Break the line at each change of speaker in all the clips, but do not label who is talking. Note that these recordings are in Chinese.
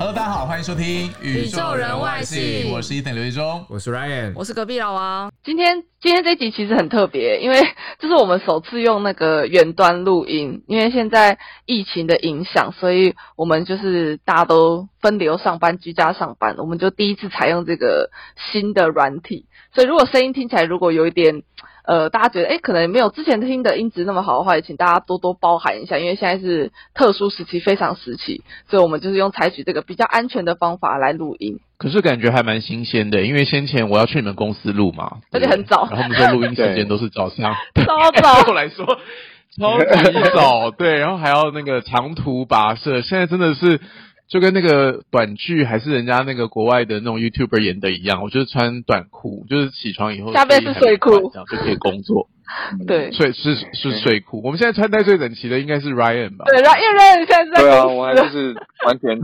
迎收听《宇
宙人外星
我是伊藤刘一中。
我是 Ryan，
我是隔壁老王，
今天今天这集其实很特别，因为 这是我们首次用那个远端录音，因为现在疫情的影响，所以我们就是大家都分流上班、居家上班，我们就第一次采用这个新的软体，所以如果声音听起来如果有一点。呃，大家觉得哎，可能没有之前听的音质那么好的话，也请大家多多包涵一下，因为现在是特殊时期，非常时期，所以我们就是用采取这个比较安全的方法来录 音。
可是感觉还蛮新鲜的，因为先前我要去你们公司录嘛，
而且很早
然后我们说录音时间都是早 上，
超
对
早
我来说超级早，对，然后还要那个长途跋涉，现在真的是就跟那个短剧还是人家那个国外的那种 YouTuber 演的一样，我就是穿短裤，就是起床以后
下面是睡裤
这样就可以工 作，
对
睡是是睡裤，我们现在穿戴最整齐的应该是 Ryan 吧？
对，然后因为 Ryan 现在是在
对啊，
公司
我还就是完全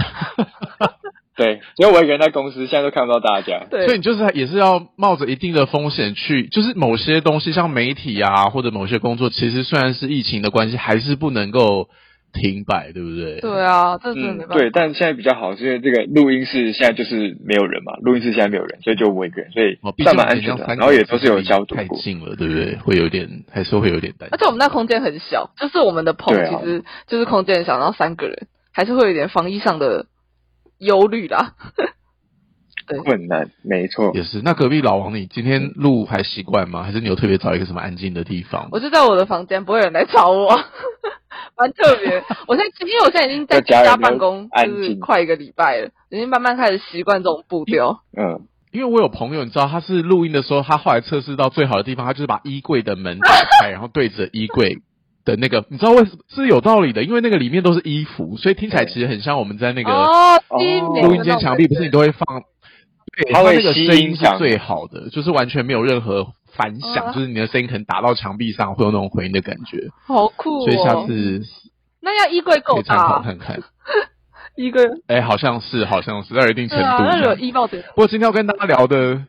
对，只有我一个人在公司，现在都看不到大家。
对
所以你就是也是要冒着一定的风险去，就是某些东西，像媒体啊，或者某些工作，其实虽然是疫情的关系，还是不能够停摆，对不对？
对啊，这真的没办，
嗯
法。
对，但现在比较好，是因为这个录音室现在就是没有人嘛，录音室现在没有人，所以就我一个人，所以
哦，毕竟
算蛮安全
我
的，
们
啊
这样三
然
个
后也
人
都是有消毒
太
过。
近了，对不对？会有点，还是会有点担心。
而且我们那空间很小，就是我们的棚
对啊
其实就是空间很小，然后三个人还是会有点防疫上的忧虑啦。
困难，没错。
也是。那隔壁老王，你今天录还习惯吗？还是你有特别找一个什么安静的地方？
我就在我的房间，不会有人来找我， 蛮特别。我现在因为我现在已经在居
在家
家
里面
办公，
安
就是
静
快一个礼拜了，已经慢慢开始习惯这种步调。
嗯，
因为我有朋友，你知道他是录音的时候，他后来测试到最好的地方，他就是把衣柜的门打开，然后对着衣柜的那个，你知道为什么是有道理的？因为那个里面都是衣服，所以听起来其实很像我们在那个
哦，
哦
今年
录音间墙壁，不是你都会放，对，
它
它
会
那个
吸
声
音
音是
响
最好的，就是完全没有任何反响，
哦
就是你的声音可能打到墙壁上会有那种回音的感觉，
好酷
所以下
哦！
次
那要衣柜
可
够
以参考
大，
看看。
衣柜
哎，好像是，好像是，到一定程
对
度
啊，那
这
如果
样。
衣帽子
不过今天要跟大家聊的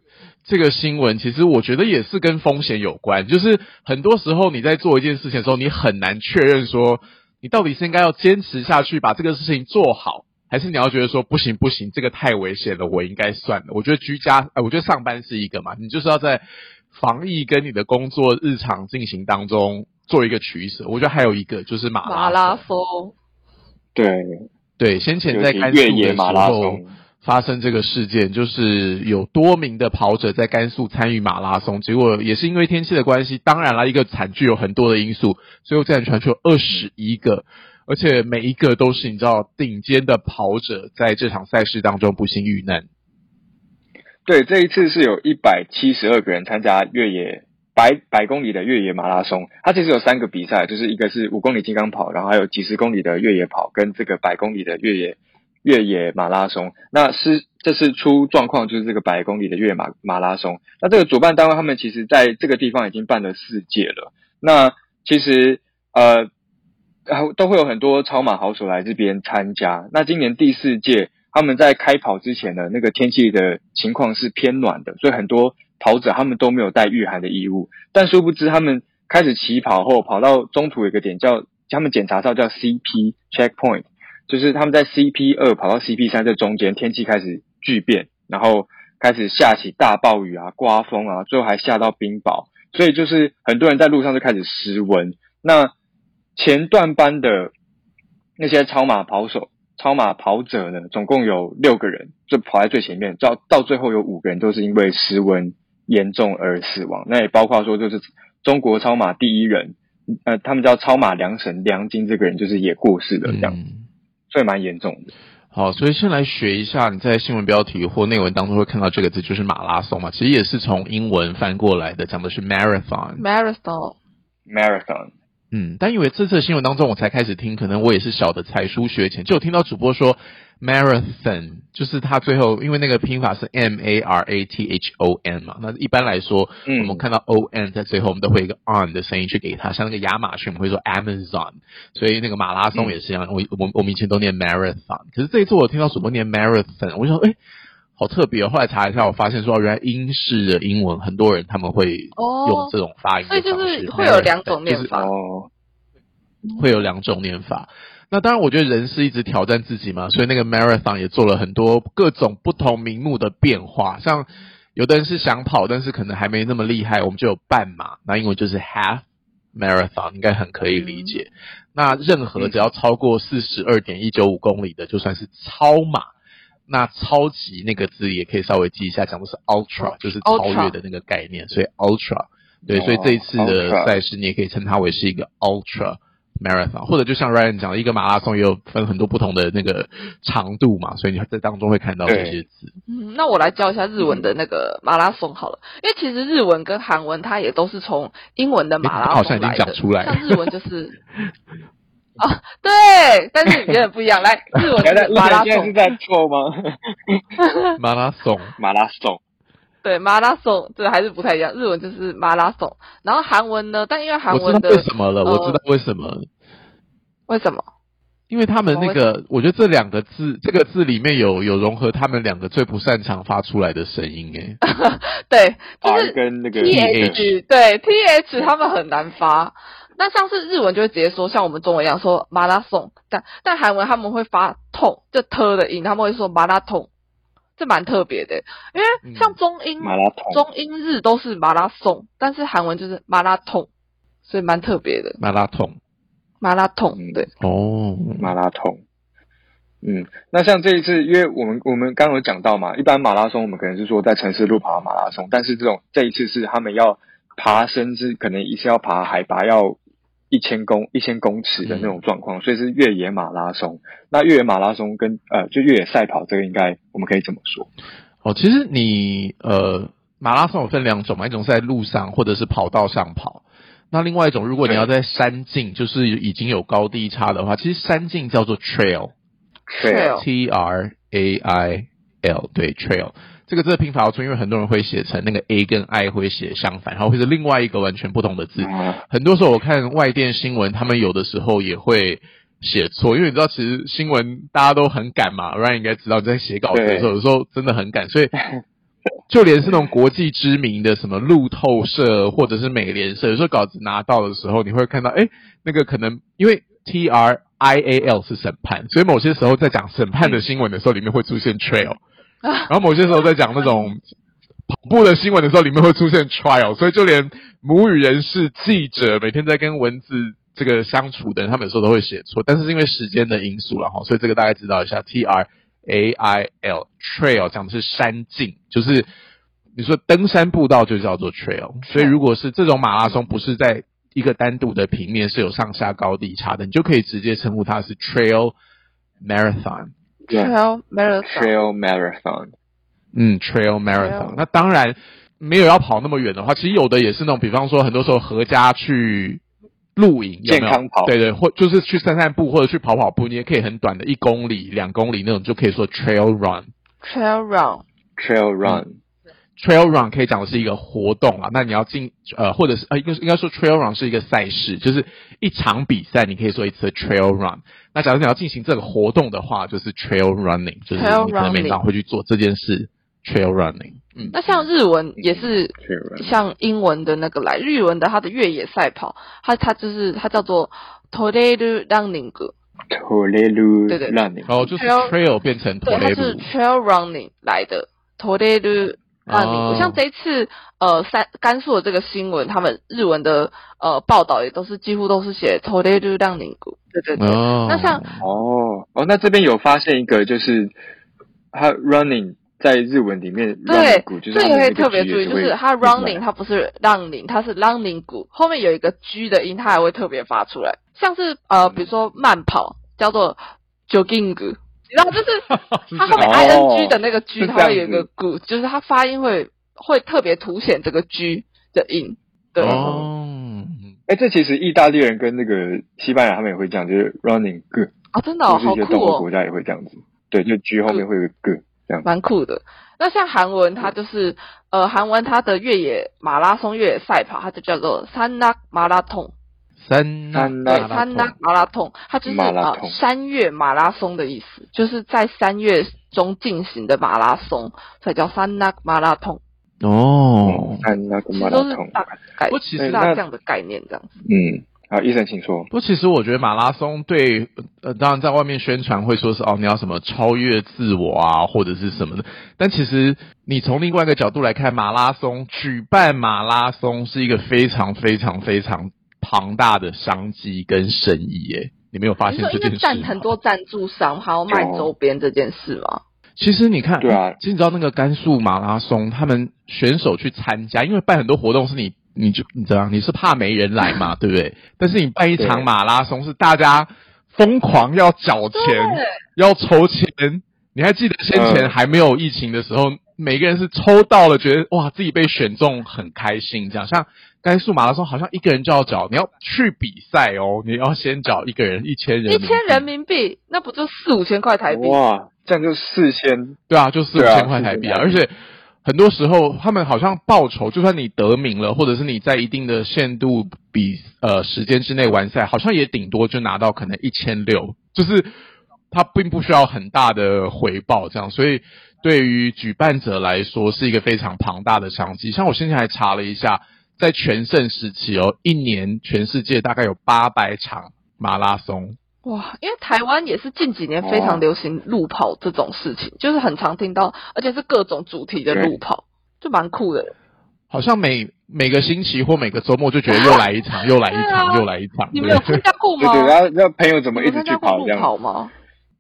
这个新闻，其实我觉得也是跟风险有关。就是很多时候你在做一件事情的时候，你很难确认说你到底是应该要坚持下去把这个事情做好，还是你要觉得说不行不行，这个太危险了，我应该算了。我觉得居家，呃，我觉得上班是一个嘛，你就是要在防疫跟你的工作日常进行当中做一个取舍。我觉得还有一个就是马拉
马拉松，
对，
对，先前
尤
在
其
甘肃
越
的
野
时
马拉
候
松，
发生这个事件，就是有多名的跑者在甘肃参与马拉松，结果也是因为天气的关系，当然啦，一个惨剧有很多的因素，最后战传出二十一个，而且每一个都是你知道顶尖的跑者在这场赛事当中不幸遇难。
对，这一次是有一百七十二个人参加越野百百公里的越野马拉松，它其实有三个比赛，就是一个是五公里金刚跑，然后还有几十公里的越野跑，跟这个百公里的越野越野马拉松。那是这次出状况就是这个百公里的越野马马拉松。那这个主办单位他们其实在这个地方已经办了四届了。那其实呃，还都会有很多超马好手来这边参加。那今年第四届，他们在开跑之前呢，那个天气的情况是偏暖的，所以很多跑者他们都没有带御寒的衣物。但殊不知，他们开始起跑后，跑到中途有一个点叫他们检查到叫 CP checkpoint，就是他们在 CP 二跑到 CP 三这中间，天气开始巨变，然后开始下起大暴雨啊、刮风啊，最后还下到冰雹，所以就是很多人在路上就开始失温。那前段班的那些超马跑手、超马跑者呢，总共有六个人，就跑在最前面，到到最后有五个人都是因为失温严重而死亡。那也包括说，就是中国超马第一人，呃，他们叫超马梁神梁晶，这个人就是也过世了，这样，
嗯
所以蛮严重的。
好，所以先来学一下，你在新闻标题或内文当中会看到这个字，就是马拉松嘛，其实也是从英文翻过来的，讲的是 marathon。
marathon，
Marathon，
嗯，但因为这次的新闻当中，我才开始听，可能我也是小的才疏学浅，就有听到主播说 marathon，就是他最后因为那个拼法是 m a r a t h o n 嘛，那一般来说，
嗯
我们看到 o n 在最后，我们都会有一个 on 的声音去给它，像那个亚马逊，我们会说 Amazon，所以那个马拉松也是一样，我我我们以前都念 marathon，可是这一次我听到主播念 marathon，我就想，哎、好特别、哦！后来查一下，我发现说，哦原来英式的英文很多人他们会
哦
用这种发音的
所以
方式、
就是会有两种
就是
念法
哦，
会有两种念法。那当然，我觉得人是一直挑战自己嘛，所以那个 marathon 也做了很多各种不同名目的变化，像有的人是想跑，但是可能还没那么厉害，我们就有半马，那英文就是 half marathon，应该很可以理
嗯
解。那任何只要超过四十二点一九五公里的，就算是超马。那超级那个字也可以稍微记一下，讲的是 ultra，就是超越的那个概念，所以 ultra，对，
哦
所以这一次的
ultra
赛事你也可以称它为是一个 ultra marathon，或者就像 Ryan 讲的，一个马拉松也有分很多不同的那个长度嘛，所以你在当中会看到这些字。
嗯，那我来教一下日
嗯
文的那个马拉松好了，因为其实日文跟韩文它也都是从英文的马
诶好
拉松来的。
像已经讲出来了
像 日文就是啊，对，但是语言很不一样。来，日 文
你在
是
你
马拉
现在是
松，
在 错吗？
马拉松，
马拉松，
对，马拉松，这还是不太一样。日文就是马拉松，然后韩文呢，但因为韩
我
文
知
的
道为什么了，
呃
我知道为什么，
为什么？
因为他们那个，我觉得这两个字，这个字里面有有融合他们两个最不擅长发出来的声音，哎诶，
对，就
R
是
跟那个
T
TH
H 对 T H 他们很难发。那像是日文就会直接说，像我们中文一样说马拉松，但但韩文他们会发痛就 t 的音，他们会说马拉松，这蛮特别的。因为像中英、
嗯马拉松，
中英日都是马拉松，但是韩文就是马拉痛，所以蛮特别的
马拉松，
马拉痛。
嗯
对，
哦，
马拉松。嗯，那像这一次，因为我们我们刚刚有讲到嘛，一般马拉松我们可能是说在城市路跑的马拉松，但是这种这一次是他们要爬升至可能一次要爬海拔要一千公一千公尺的那种状
嗯
况，所以是越野马拉松。那越野马拉松跟呃就越野赛跑这个应该我们可以怎么说？
哦，其实你呃，马拉松有分两种嘛，一种是在路上或者是跑道上跑，那另外一种如果你
对
要在山径，就是已经有高低差的话，其实山径叫做 trail，T
啊
Trail
R A I L，对 trail。这个字的拼法要注意，因为很多人会写成那个 A 跟 I 会写相反，然后会是另外一个完全不同的字。
啊，
很多时候我看外电新闻，他们有的时候也会写错，因为你知道，其实新闻大家都很赶嘛，Ryan 应该知道，你在写稿子的时候，有时候真的很赶，所以就连是那种国际知名的什么路透社或者是美联社，有时候稿子拿到的时候，你会看到，哎，那个可能因为 T R I A L 是审判，所以某些时候在讲审判的新闻的时候，里面会出现 trail，然后某些时候在讲那种跑步的新闻的时候，里面会出现 trial，所以就连母语人士、记者每天在跟文字这个相处的人，他们有时候都会写错，但是是因为时间的因素了哈，所以这个大概知道一下。T R A I L trail 讲的是山径，就是你说登山步道就叫做 trail，所以如果是这种马拉松不是在一个单独的平面是有上下高低差的，你就可以直接称呼它是 trail marathon。
对啊
trail marathon
，Trail Marathon，
嗯，trail marathon。那当然没有要跑那么远的话，其实有的也是那种，比方说很多时候合家去露营，有没有
健康跑
对对，或就是去散散步或者去跑跑步，你也可以很短的一公里、两公里那种，就可以说 trail run。
trail run
Trail Run，
Trail Run 可以讲的是一个活动啊，那你要进呃，或者是呃，应该应该说 Trail Run 是一个赛事，就是一场比赛，你可以说一次 Trail Run。那假如你要进行这个活动的话，就是 Trail Running，就是你可能每
Trail running
场会去做这件事 Trail Running。嗯，
那像日文也是
Trail Run
像英文的那个来，日文的它的越野赛跑，它它就是它叫做 trail running，
Trail
对对
Running，
哦，就是
Trail-
Trail 变成 t
对，
o
它
l
是 trail running 来的 trail running。
哦
像这一次呃三甘肃的这个新闻，他们日文的呃报道也都是几乎都是写 trail running，对对对，
哦，
那像
哦哦，那这边有发现一个，就是它 running 在日文里面
对
running 股，就是
这
它
个
的
可以
那个
特别
G
注意，
也
就
会
是它
出来
running，它不是 running，它是 running 股，后面有一个 g 的音，它还会特别发出来。像是
嗯
呃，比如说慢跑叫做 jogging，然 后就是
是
它后面
哦
i n g 的那个 g，
是这样
它会有一个股，就是它发音会会特别凸显这个 g 的音。对，
哦，
哎，这其实意大利人跟那个西班牙他们也会这样，就是 running good，
哦，真的哦
或是
好
一些
酷
东欧
哦
国，家也会这样子。对，就 G 后面会有个 good，
蛮酷的。那像韩文，它就是呃，韩文它的越野马拉松越野赛跑，它就叫做三拉马拉松。
三
三
对
马，拉
山拉马拉松，它就是
马拉
啊、
松
三月马拉松的意思，就是在三月中进行的马拉松，所以叫三拉马拉松，
哦。
看那个
其
马
实都
拉
是
松，
大概
不过其
实
大
那
这样的概念这样子。
嗯，好，医生请说。
不，其实我觉得马拉松对，呃，当然在外面宣传会说是哦，你要什么超越自我啊，或者是什么的。但其实你从另外一个角度来看，马拉松举办马拉松是一个非常非常非常庞大的商机跟生意耶。你没有发
你
现
说
这
因为
件事
赞
吗
很多赞助商还要卖
有
周边这件事吗？
其实你看，
对啊
其实你知道那个甘肃马拉松，他们选手去参加，因为办很多活动是你，你就你知道你是怕没人来嘛，对不对？但是你办一场
对
马拉松是大家疯狂要缴钱，要筹钱。你还记得先前
嗯
还没有疫情的时候，每个人是抽到了，觉得哇自己被选中很开心，这样像。甘肃马拉松好像一个人就要缴，你要去比赛哦，你要先缴一个人一千人，
一千人，民币，那不就四五千块台币？
哇，这样就四千，
对啊，就四五
对啊
千块台币啊，
4000
而且很多时候他们好像报酬，就算你得名了，或者是你在一定的限度比呃时间之内完赛，好像也顶多就拿到可能一千六，就是他并不需要很大的回报这样，所以对于举办者来说是一个非常庞大的商机。像我先前还查了一下，在全盛时期哦，一年全世界大概有八百场马拉松，
哇，因为台湾也是近几年非常流行路跑这种事情，就是很常听到，而且是各种主题的路跑，就蛮酷的。
好像每每个星期或每个周末就觉得又来一场，又来 一场，又来一场。
啊你们有
对
参加过
对
吗？
对，然后让朋友怎么
你
一
们参
直去
加过
跑这
路
样？
跑吗？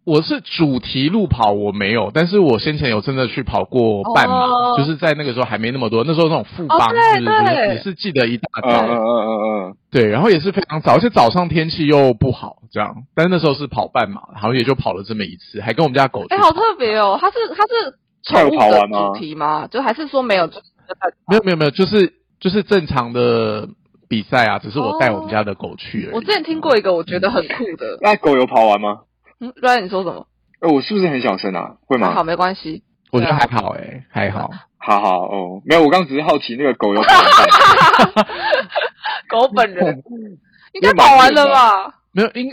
我是主题路跑我没有，但是我先前有真的去跑过半马，
哦
就是在那个时候还没那么多，那时候那种富邦，
哦对
是不是
对
也是记得一大
嗯
早，
嗯嗯嗯嗯，
对，然后也是非常早，而且早上天气又不好，这样，但是那时候是跑半马，好像也就跑了这么一次，还跟我们家狗去
哎、
跑，
好特别哦，它是它是
它有
宠物
跑
的
完吗
主题吗？就还是说没有？就是
没有没有没有，就是就是正常的比赛啊，只是我带我们家的狗去而已。
哦我之前听过一个我觉得很酷的，
那狗有跑完吗？
嗯，不然你说什么？
呃，我是不是很小声啊？会
还好
吗？
没关系，
我觉得还好哎、还好。
好好哦，没有，我刚只是好奇那个狗有跑完 吗。
狗本人应该
因为蛮
跑完了
远的
吧？
没有，应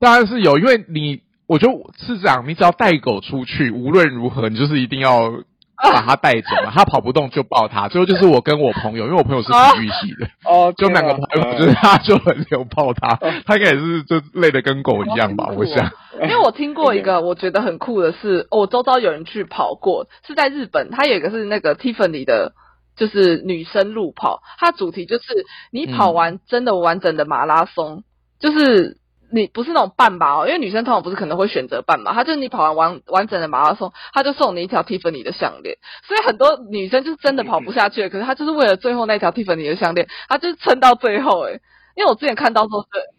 当然是有，因为你我觉得是这样，你只要带狗出去，无论如何，你就是一定要把它带走嘛。它跑不动就抱它。最后就是我跟我朋友，因为我朋友是体育系的，
哦，
就我们两个朋
天啊
友，
嗯
就是他就轮流抱它，他应该也是就累得跟狗一样 吧，
好辛苦
我
哦
想。
因为我听过一个我觉得很酷的是，哦我周遭有人去跑过，是在日本，它有一个是那个 Tiffany 的，就是女生路跑，它主题就是你跑完真的完整的马拉松，就是你不是那种半马哦，因为女生通常不是可能会选择半马，她就是你跑完完完整的马拉松，她就送你一条 Tiffany 的项链，所以很多女生就是真的跑不下
嗯
去了，可是她就是为了最后那条 Tiffany 的项链，她就是撑到最后、欸，因为我之前看到说是。
哦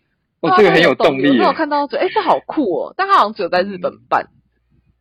哇，
这个
它
很有
动
动力嗯
我
耶
有看到觉得，哎、这好酷哦！但它好像只有在日本办，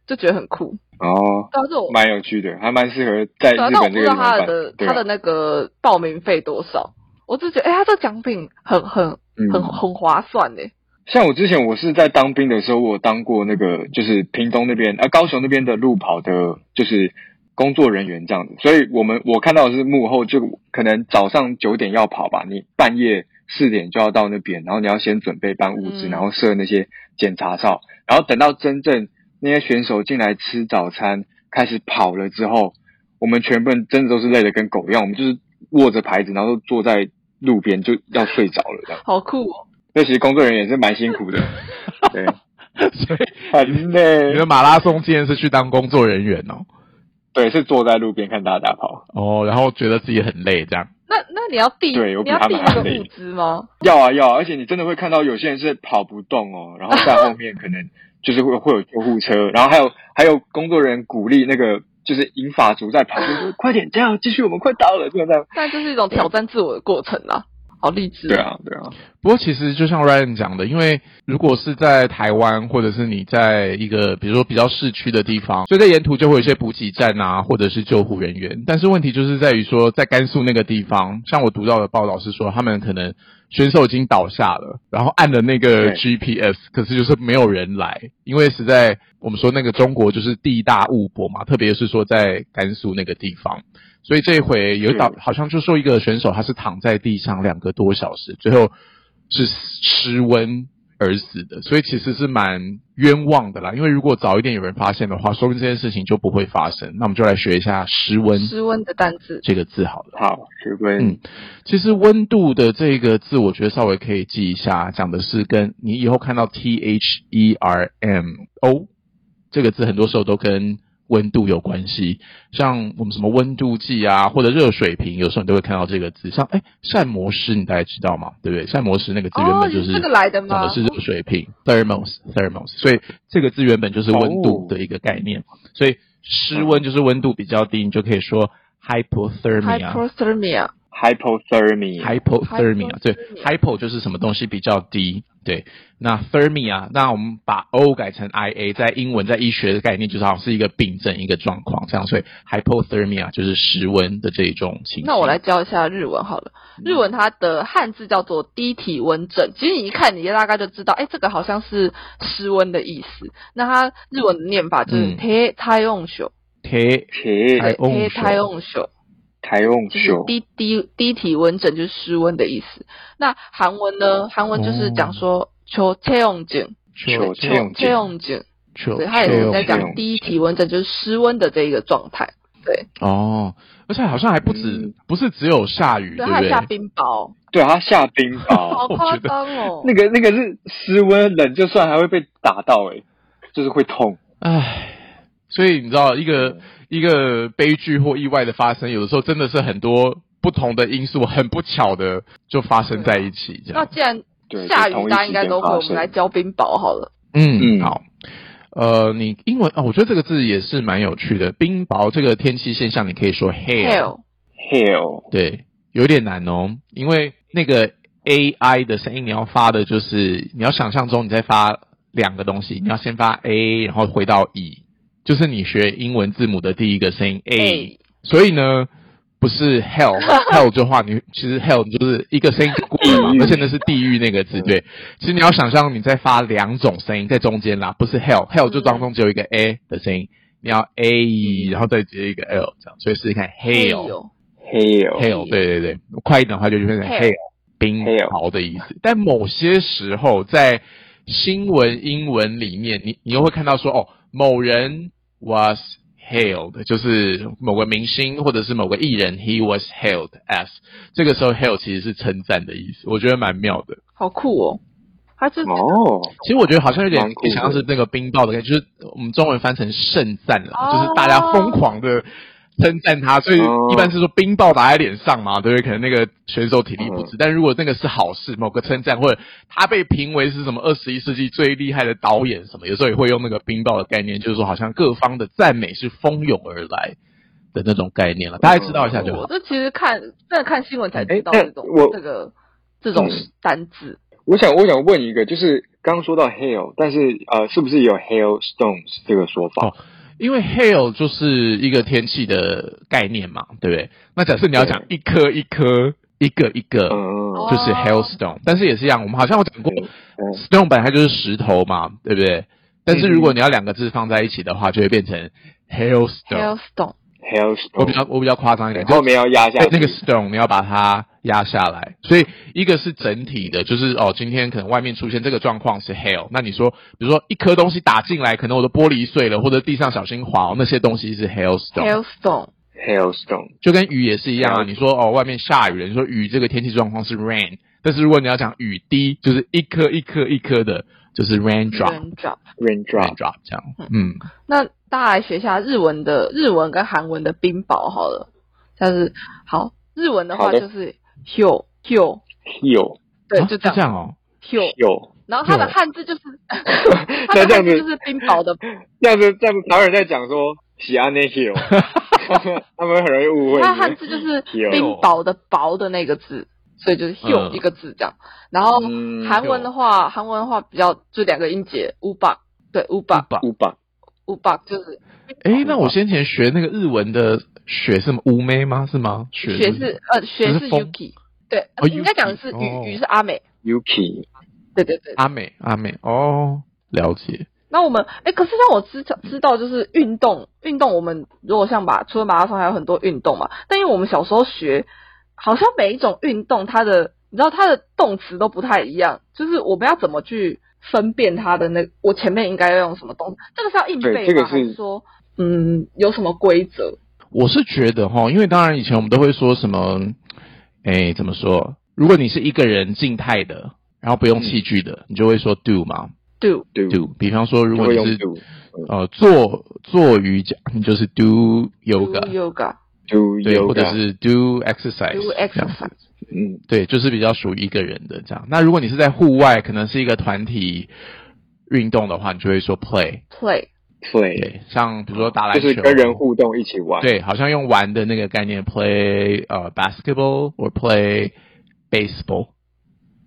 就觉得很酷。
哦，
但是我
蛮有趣的，还蛮适合在
对啊，
日
但我
本
不
这
知
个
道
地方
它
办。
的
对
它
啊
的那个报名费多少。我只觉得，哎、它这个奖品很很很
嗯，
很划算欸呢。
像我之前我是在当兵的时候，我有当过那个就是屏东那边啊、呃高雄那边的路跑的，就是工作人员这样子。所以我们我看到的是幕后，就可能早上九点要跑吧，你半夜四点就要到那边，然后你要先准备搬物资，
嗯
然后设那些检查哨，然后等到真正那些选手进来吃早餐，开始跑了之后，我们全部人真的都是累得跟狗一样，我们就是握着牌子，然后坐在路边就要睡着了这样。
好酷哦！
那其实工作人员也是蛮辛苦的，对，
所以
很
你的
累。
马拉松今天是去当工作人员哦，
对，是坐在路边看大家跑。
哦，然后觉得自己很累这样。
那那你要递
对我
你
比
要
他
递
们
那
还
个
累
物资吗？
要啊要啊，而且你真的会看到有些人是跑不动哦，然后在后面可能就是会会有救护车，然后还有还有工作人员鼓励那个就是银发族在跑，就说 快点这样继续，我们快到了，这样这样。
但就是一种挑战自我的过程啦，好励志。
对，啊对啊，
不过其实就像 Ryan 讲的，因为如果是在台湾，或者是你在一个比如说比较市区的地方，所以在沿途就会有一些补给站啊，或者是救护人员。但是问题就是在于说，在甘肃那个地方，像我读到的报道是说，他们可能选手已经倒下了，然后按了那个
对
GPS，可是就是没有人来，因为实在我们说那个中国就是地大物博嘛，特别是说在甘肃那个地方。所以这一回有导
是
好像就说一个选手他是躺在地上两个多小时，最后是失温而死的，所以其实是蛮冤枉的啦。因为如果早一点有人发现的话，说不定这件事情就不会发生。那我们就来学一下湿温
啊
湿温的单字。
这个字好了。
好，学会
嗯其实温度的这个字，我觉得稍微可以记一下，讲的是跟你以后看到 T H E R M O 这个字，很多时候都跟温度有关系。像我们什么温度计啊，或者热水瓶，有时候你都会看到这个字。像哎，膳魔师你大概知道嘛，对不对？膳魔师那个字原
哦
本就，是、
这个来的
讲
吗
的？是热水瓶 thermos thermos，所以这个字原本就是温度的一个概念，所以湿温就是温度比较低，你就可以
哦
说 hypothermia。
Hyperthermia，
hypothermia，
hypothermia，对
Hypothermia
，hypo 就是什么东西比较低，对。那 thermia，那我们把 o 改成 i a，在英文在医学的概念就是好像是一个病症一个状况这样，所以 hypothermia 就是湿温的这一种情形。
那我来教一下日文好了。
嗯
日文它的汉字叫做低体温症，其实你一看你就大概就知道，哎，这个好像是湿温的意思。那它日文的念法就是
嗯
t 太用秀，
贴
切
台
对
翁
，t
秀
太用秀，
台用
就是
秀，
低低低体温症就是湿温的意思。那韩文
哦
呢？韩文就是讲说求太用症，求
求太用
太
症
用症，
求
对，它也是在
太用
讲
症
低体温症，就是湿温的这一个状态。
哦，而且好像还不止，
嗯
不是只有下雨，对
对，
不
它还
对？
下冰雹，
对，它下冰
好
雹，
夸张哦！
那个那个是室温冷就算，还会被打到诶、就是会痛。
唉，所以你知道，一
嗯
个一个悲剧或意外的发生，有的时候真的是很多不同的因素，很不巧的就发生在一起，这
那
样。
既然
对，
下
就同
雨
一
大家
时
应该
间
都会，
发
我们
生
来教冰雹好了。
嗯，
嗯
好。呃，你英文哦，我觉得这个字也是蛮有趣的。冰雹这个天气现象，你可以说 hail，
Hail，
hail
对，有点难哦，因为那个 AI 的声音你要发的就是，你要想象中你在发两个东西，你要先发 A，然后回到 E，就是你学英文字母的第一个声音 A。所以呢，不是 hell，hell 的话，你其实 hell 就是一个声音就过了嘛
地，狱嗯
而且那是地狱那个字，对。其实你要想象你在发两种声音在中间啦，不是
嗯
hell，hell 就当中只有一个 a 的声音，你要
嗯
a，然后再接一个 l 这样，所以试试看
哎
hail。
hail
hail，对对对，快一点的话就变成
Hail
hail 冰雹的意思。但某些时候在新闻英文里面，你你又会看到说哦，某人 was hailed，就是某个明星或者是某个艺人，he was hailed as。这个时候 hail 其实是称赞的意思，我觉得蛮妙的。
好酷哦！它是
哦，
其实我觉得好像有点
蛮酷的
想像是那个冰雹的感觉，就是我们中文翻成盛赞了，
哦
就是大家疯狂的称赞他，所以
哦
一般是说冰雹打在脸上嘛，对不对？可能那个选手体力不支，
嗯
但如果那个是好事，某个称赞或者他被评为是什么二十一世纪最厉害的导演什么，有时候也会用那个冰雹的概念，就是说好像各方的赞美是蜂拥而来的那种概念了，大家知道一下就
我
好。
这其实看真的看新闻才知道
哎
这种
那我
这个这种
嗯
单字。
我想我想问一个，就是刚说到 hail，但是呃，是不是有 hailstones 这个说法？
哦因为 hail 就是一个天气的概念嘛，对不对？那假设你要讲一颗一颗，一个一个，
嗯
哦
嗯
就是 hailstone，但是也是一样，我们好像有讲过
嗯嗯
，stone 本来就是石头嘛，对不对？但是如果你要两个字放在一起的话，就会变成 hailstone。
Hailstone，
我比
，hailstone，
较我比较夸张一点，
后面要压下
对那个
去
stone 你要把它压下来，所以一个是整体的，就是哦，今天可能外面出现这个状况是 hail，那你说，比如说一颗东西打进来，可能我的玻璃碎了，或者地上小心滑、哦，那些东西是 hailstone。
Hailstone，
hailstone，
就跟雨也是一样啊。
嗯
你说哦，外面下雨了，你说雨这个天气状况是 rain，但是如果你要讲雨滴，就是一颗一颗一颗的，就是 raindrop。
人长。
raindrop，
raindrop 这样，嗯，
那大家来学一下日文的日文跟韩文的冰雹好了。像是好，日文的话
好的
就是 hill hill，
hail
对，
啊
就是这
这
样
样哦，
hill。
有，
然后它的
，hill
汉字就是， 它的
那这
汉
样
字
子
就是冰雹的
这样子这样子，台湾人在讲说喜安那 hill，他们很容易误会。
它汉字就是
有
冰雹的雹的那个字，所以就是 hill
嗯
一个字这样。然后
嗯
韩文的话，韩文的话比较就两个音节，u b a 对 u b a
吧？
乌吧，
u b a 就是
哎，嗯那我先前学那个日文的雪是什么乌梅吗？是吗？雪
雪是呃雪
就是
是
风
yuki，对
哦，
应该讲的是
yuki，哦
雨雨是阿美，
Yuki，
对对对。
阿美阿美哦，了解。
那我们哎，可是让我知知道就是运动运动，我们如果像把除了马拉松还有很多运动嘛，但因为我们小时候学，好像每一种运动它的你知道它的动词都不太一样，就是我们要怎么去分辨它的那我前面应该要用什么东西，这个是要硬背吗？
对这个是
还是说嗯有什么规则？
我是觉得哈，因为当然以前我们都会说什么，哎，怎么说？如果你是一个人静态的，然后不
嗯
用器具的，你就会说 do 嘛
do
，do。比方说，如
就
果
会
你
用
是
do
呃做做瑜伽，你就是 do
do
yoga，
yoga
do
对，或
yoga
者是 do exercise，
do
这样
exercise
嗯
对，就是比较属于一个人的这样。那如果你是在户外，可能是一个团体运动的话，你就会说 play。
play
play，
对，像比如说打篮
就
球，
是跟人互动一起玩。
对，好像用玩的那个概念 play 呃 basketball or play baseball。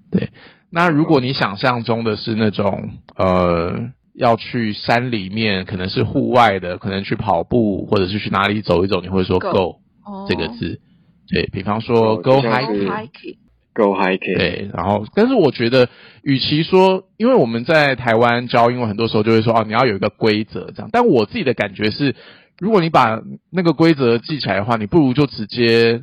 对，那如果你想象中的是那种呃要去山里面，可能是户外的，可能去跑步或者是去哪里走一走，你会说
Go
go
哦
这个字。对比方说
哦
go
就
hiking
像。是
go hiking
Go hiking，
对，然后，但是我觉得，与其说，因为我们在台湾教英文，很多时候就会说，哦，你要有一个规则这样。但我自己的感觉是，如果你把那个规则记起来的话，你不如就直接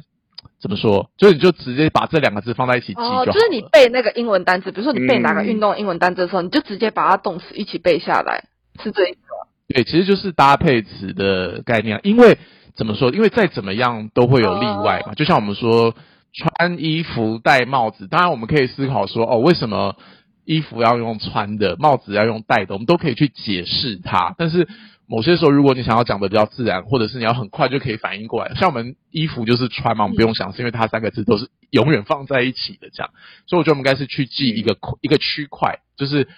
怎么说，就是你就直接把这两个字放在一起记就好
哦，
了。
就是你背那个英文单词，比如说你背哪个
嗯
运动英文单词的时候，你就直接把它动词一起背下来，是这意思吗？
对，其实就是搭配词的概念，啊因为怎么说？因为再怎么样都会有例外嘛。就像我们说穿衣服、戴帽子，当然我们可以思考说，哦，为什么衣服要用穿的，帽子要用戴的，我们都可以去解释它。但是某些时候，如果你想要讲的比较自然，或者是你要很快就可以反应过来，像我们衣服就是穿嘛，我们不用想，是因为它三个字都是永远放在一起的这样。所以我觉得我们应该是去
嗯
记一个、一个区块，就是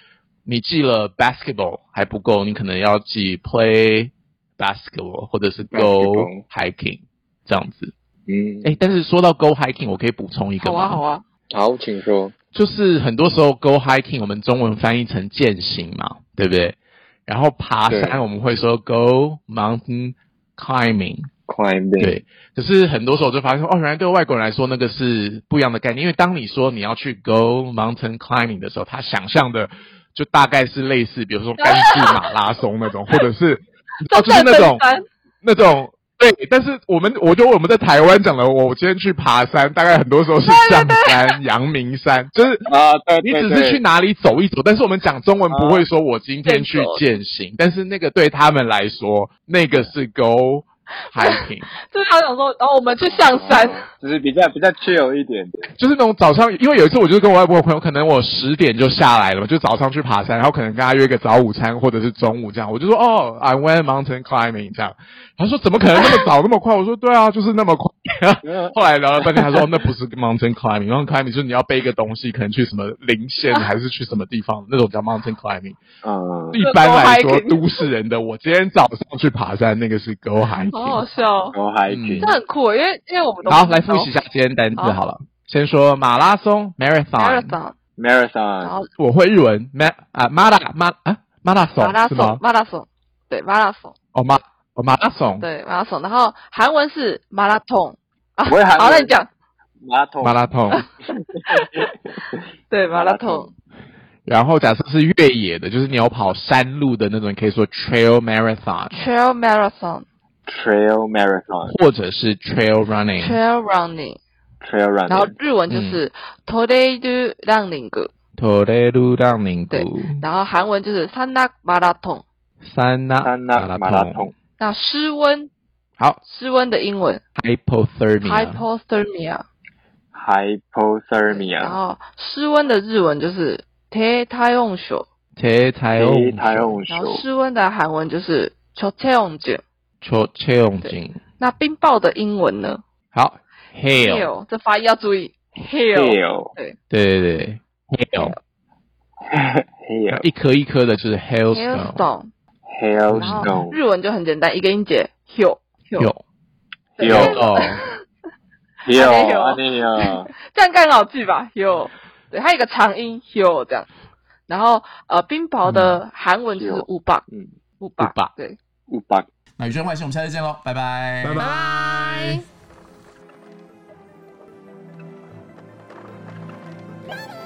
你记了 basketball 还不够，你可能要记 play basketball 或者是 go
Basketball
hiking 这样子。
嗯，
哎，但是说到 go hiking，我可以补充一个
好
吗？
啊好啊，
好，请说。
就是很多时候 go hiking 我们中文翻译成践行嘛，对不对？然后爬
对
山我们会说 go mountain climbing，
Climbing，
对，可是很多时候我就发现，哦，原来对外国人来说那个是不一样的概念。因为当你说你要去 go mountain climbing 的时候，他想象的就大概是类似，比如说甘肃马拉松那种，或者是哦，就是那种
登山
那种对。但是我们，我觉得我们在台湾讲的，我我今天去爬山，大概很多时候是象山、阳明山，就是
啊，对
你
对
只
对
是去哪里走一走，但是我们讲中文不会说我今天去
啊
践行，但是那个对他们来说，那个是 go hiking。
就是他想说，然哦后我们去象山，
啊就是比较比较 chill 一点的。
就是那种早上，因为有一次我就是跟我外国朋友，可能我十点就下来了嘛，就早上去爬山，然后可能跟他约个早午餐或者是中午这样，我就说哦，I went mountain climbing 这样，他说怎么可能那么早那么快？我说对啊，就是那么快。后来聊了半天，他说、哦那不是 mountain climbing，mountain climbing 就是你要背一个东西，可能去什么林县还是去什么地方，那种叫 mountain climbing。
嗯，
一般来说，
hiking
都市人的我今天早上去爬山，那个是 go hiking。
好好笑哦，
然后 hiking，
嗯
这很酷，因为因为我们都
好，来复习一下今天单词
好
好了。先说马拉松 marathon，
marathon，然
marathon，
后
我会日文 ma 啊 mara 马啊马拉
马
松
拉
是
松
吗？
马拉松，对马拉松，
哦马哦马拉松
对马拉松，然后韩文是马拉松啊，
我也韩文
好，那你讲，
马桶
马拉松，
对马拉
马拉
松
松，
然后假设是越野的，就是你有跑山路的那种，你可以说 trail marathon，
trail marathon。
trail marathon，trail
或者是 trail running。
Trail running，然后
running，
日文
嗯
就是トレイルランニング，
trail running，
对然后韩文就是산낙马拉松。
山那
山那马拉松。
那湿温，
好
湿温的英文
啊
hypothermia，
hypothermia，然
hypothermia，
后湿温的日文就是대타용쇼，
这才
低
用
太空
然后
球，
湿温的韩文就是초태용주。
车车用劲。
那冰雹的英文呢
好 hail，
？hail，这发音要注意。hail，
hail，
对对对 hail，那
hail，
一颗一颗的就是 hailstone。
hailstone，然后
hailstone，
日文就很简单，一个音节 hill。hill，
有
对
有
哦，哎
hail，啊那个
这样更好记吧？hill，对，它有一个长音 hill 这样。然后呃，冰雹的韩文就是
嗯
우박，
嗯
우박，
우박
对。
五百。
那宇宙外星，我们下次见喽，拜拜，拜拜。
Bye.